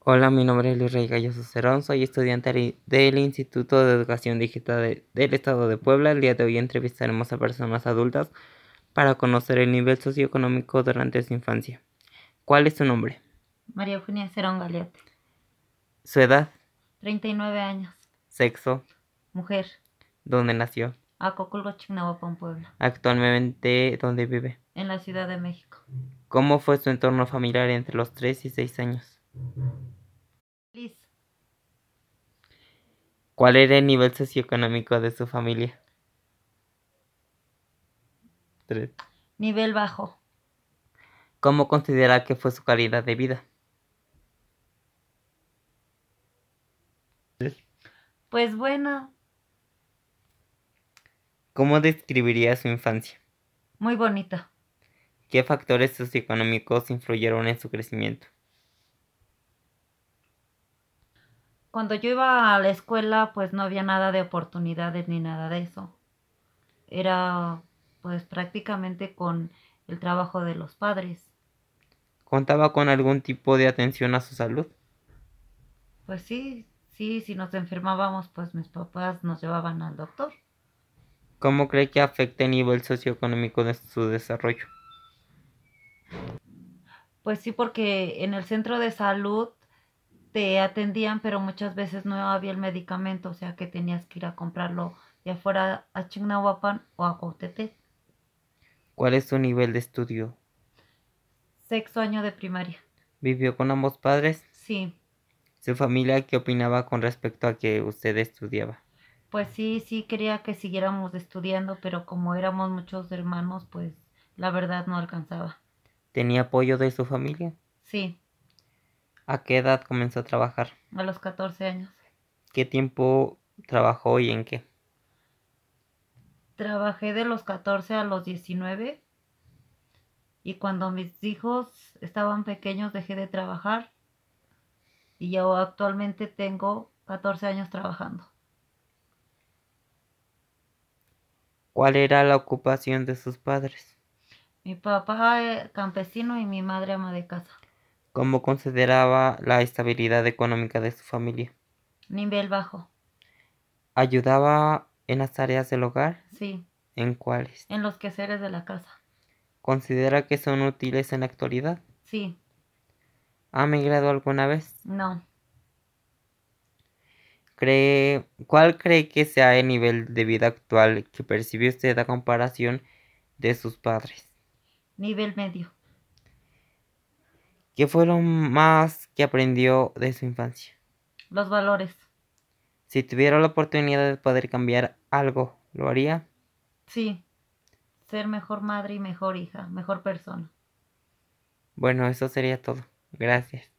Hola, mi nombre es Luis Rey Galloso Cerón, soy estudiante del- del Instituto de Educación Digital de- del Estado de Puebla. El día de hoy entrevistaremos a personas adultas para conocer el nivel socioeconómico durante su infancia. ¿Cuál es su nombre? María Eugenia Cerón Galeote, Su edad, 39 años, sexo, mujer, dónde nació, Acoculco, Chignahuapan, Puebla, actualmente dónde vive, en la Ciudad de México. cómo fue su entorno familiar entre los 3 y 6 años, Liz, cuál era el nivel socioeconómico de su familia. Tres. nivel bajo, ¿Cómo considera que fue su calidad de vida? pues buena, ¿Cómo describiría su infancia? muy bonita. ¿Qué factores socioeconómicos influyeron en su crecimiento? Cuando yo iba a la escuela, pues no había nada de oportunidades ni nada de eso. Era pues prácticamente con el trabajo de los padres. ¿Contaba con algún tipo de atención a su salud? Pues sí, sí, si nos enfermábamos, pues mis papás nos llevaban al doctor. ¿Cómo cree que afecta el nivel socioeconómico de su desarrollo? Pues sí, porque en el centro de salud te atendían, pero muchas veces no había el medicamento, o sea que tenías que ir a comprarlo ya fuera a Chignahuapan o a Cuautepec. ¿Cuál es su nivel de estudio? Sexto año de primaria. ¿Vivió con ambos padres? Sí, ¿Su familia qué opinaba con respecto a que usted estudiaba? pues sí, sí quería que siguiéramos estudiando, pero como éramos muchos hermanos, pues la verdad no alcanzaba. ¿Tenía apoyo de su familia? Sí, ¿A qué edad comenzó a trabajar? a los 14 años. ¿Qué tiempo trabajó y en qué? Trabajé de los 14 a los 19 y cuando mis hijos estaban pequeños dejé de trabajar y yo actualmente tengo 14 años trabajando. ¿Cuál era la ocupación de sus padres? Mi papá eh, campesino y mi madre ama de casa. ¿Cómo consideraba la estabilidad económica de su familia? Nivel bajo, ¿Ayudaba en las tareas del hogar? sí, ¿En cuáles? en los quehaceres de la casa, ¿Considera que son útiles en la actualidad? sí, ¿Ha migrado alguna vez? no, ¿Cree, ¿Cuál cree que sea el nivel de vida actual que percibe usted a comparación de sus padres? nivel medio. ¿Qué fue lo más que aprendió de su infancia? Los valores, Si tuviera la oportunidad de poder cambiar algo, ¿lo haría? sí, ser mejor madre y mejor hija, mejor persona. Bueno, eso sería todo. Gracias.